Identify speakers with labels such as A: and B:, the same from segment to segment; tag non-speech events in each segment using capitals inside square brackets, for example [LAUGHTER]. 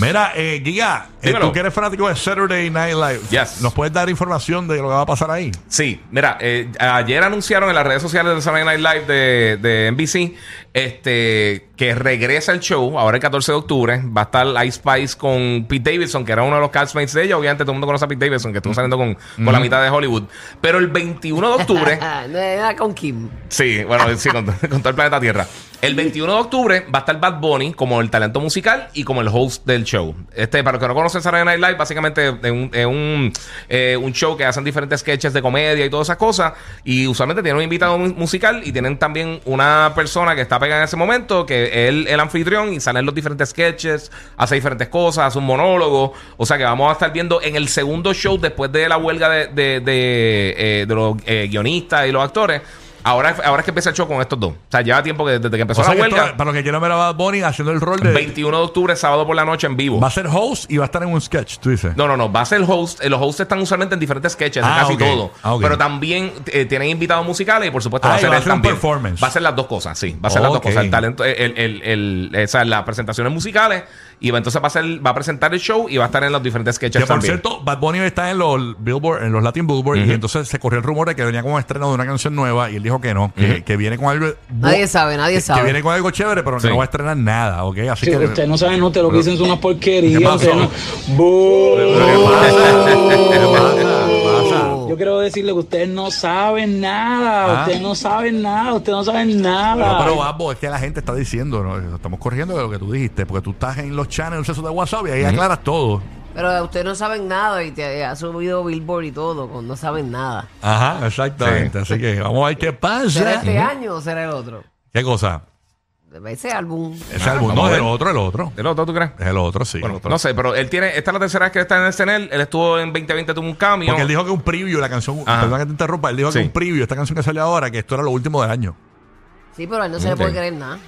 A: Mira, eh, Giga, eh,
B: Dímelo.
A: tú que eres fanático de Saturday Night Live,
B: Yes.
A: ¿nos puedes dar información de lo que va a pasar ahí?
B: Sí, mira, eh, ayer anunciaron en las redes sociales de Saturday Night Live de, de NBC este, que regresa el show ahora el 14 de octubre. Va a estar Ice Spice con Pete Davidson, que era uno de los castmates de ella. Obviamente todo el mundo conoce a Pete Davidson, que estuvo saliendo con, con la mitad de Hollywood. Pero el 21 de
C: [LAUGHS]
B: octubre
C: Ah, no era con Kim.
B: Sí, bueno, sí, con, [LAUGHS] con todo el planeta Tierra. El 21 de octubre va a estar Bad Bunny como el talento musical y como el host del show. Este, para los que no conocen Saturday Night Live, básicamente es un, es un, eh, un show que hacen diferentes sketches de comedia y todas esas cosas. Y usualmente tienen un invitado mu- musical y tienen también una persona que está pegada en ese momento, que es el, el anfitrión, y salen los diferentes sketches, hace diferentes cosas, hace un monólogo. O sea que vamos a estar viendo en el segundo show después de la huelga de, de- de, eh, de los eh, guionistas y los actores. Ahora, ahora es que empieza el show con estos dos. O sea, lleva tiempo que desde que empezó
A: O sea
B: la
A: que
B: huelga.
A: esto- para los que quieran ver a Bad Bunny haciendo el rol de...
B: 21 de octubre, sábado por la noche en vivo.
A: Va a ser host y va a estar en un sketch, tú dices.
B: No, no, no. Va a ser el host. Eh, Los hosts están usualmente en diferentes sketches, en
A: Ah,
B: casi
A: ok.
B: todo.
A: Ah, ok.
B: Pero también eh, tienen invitados musicales y por supuesto
A: Ah,
B: va a
A: y
B: ser
A: va a
B: él
A: ser un
B: también.
A: performance.
B: Va a ser las dos cosas, sí. Va a ser las
A: Ok.
B: dos cosas. El talento, el, el, el- el- o sea, las presentaciones musicales. Y va, entonces va a, ser, va a presentar el show y va a estar en los diferentes
A: Que
B: sketches
A: por
B: también.
A: cierto, Bad Bunny está en los Billboard, en los Latin Billboard, y entonces se corrió el rumor de que venía con un estreno de una canción nueva y él dijo que no, que, que viene con algo.
C: Nadie sabe, nadie
A: que-
C: sabe.
A: Que viene con algo chévere, pero
B: Sí.
A: que no va a estrenar nada, ¿ok? Así
D: Si
A: que.
D: usted no sabe, no te lo que dicen es una porquería.
A: ¿Qué pasó?
D: usted no- ¡Bú! [LAUGHS]
C: Oh.
A: pasa?
D: Yo quiero decirle que ustedes no saben nada.
A: Ah.
D: Ustedes no saben nada. Ustedes no saben nada.
A: No, pero Babbo, es que la gente está diciendo, ¿no? estamos corriendo de lo que tú dijiste, porque tú estás en los channels esos de WhatsApp y ahí aclaras todo.
C: Pero ustedes no saben nada y te eh, ha subido Billboard y todo, con no saben nada.
A: Ajá, exactamente. Así que vamos a ver qué
C: ¿Será
A: pasa.
C: este año o será el otro?
A: ¿Qué cosa?
C: Ese álbum.
A: Ese álbum,
B: vamos
A: no,
B: a ver.
A: el otro, el otro.
B: ¿El otro, tú crees?
A: Es el otro, sí.
B: Bueno,
A: otro.
B: no sé, pero él tiene. Esta es la tercera vez que está en el CNL. Él estuvo en 2020, tuvo un cambio.
A: Porque él dijo que un preview, la canción,
B: Ajá.
A: perdón que te interrumpa, él dijo
B: Sí.
A: que un preview, esta canción que sale ahora, que esto era lo último del año.
C: Sí, pero a él no se le
B: Ok.
C: puede creer nada.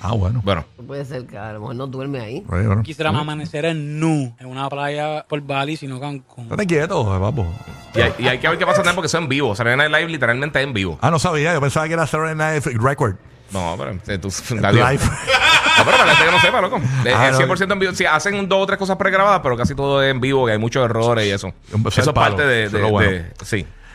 A: Ah, bueno.
B: Bueno.
C: No puede ser que a lo mejor no duerme ahí.
A: Bueno, bueno.
E: Quisiera amanecer en nu, en una playa por Bali, sino Cancún.
A: Estate quieto, vamos.
B: Y hay, y hay que ver qué pasa también porque eso es en vivo. Saturday Night Live literalmente es en vivo.
A: Ah, no sabía, yo pensaba que era Saturday Night Record.
B: No, pero eh, tú, [LAUGHS] adiós.
A: [LAUGHS] Live.
B: No, pero para la gente que no sepa, loco. Eh, Es
A: Ah,
B: es
A: no.
B: 100% en vivo. Sí, hacen un- dos o tres cosas pregrabadas, pero casi todo es en vivo, que hay muchos errores y eso.
A: Un-
B: Eso es
A: palo,
B: parte de.
A: eso es
B: de-
A: lo bueno.
B: de- sí.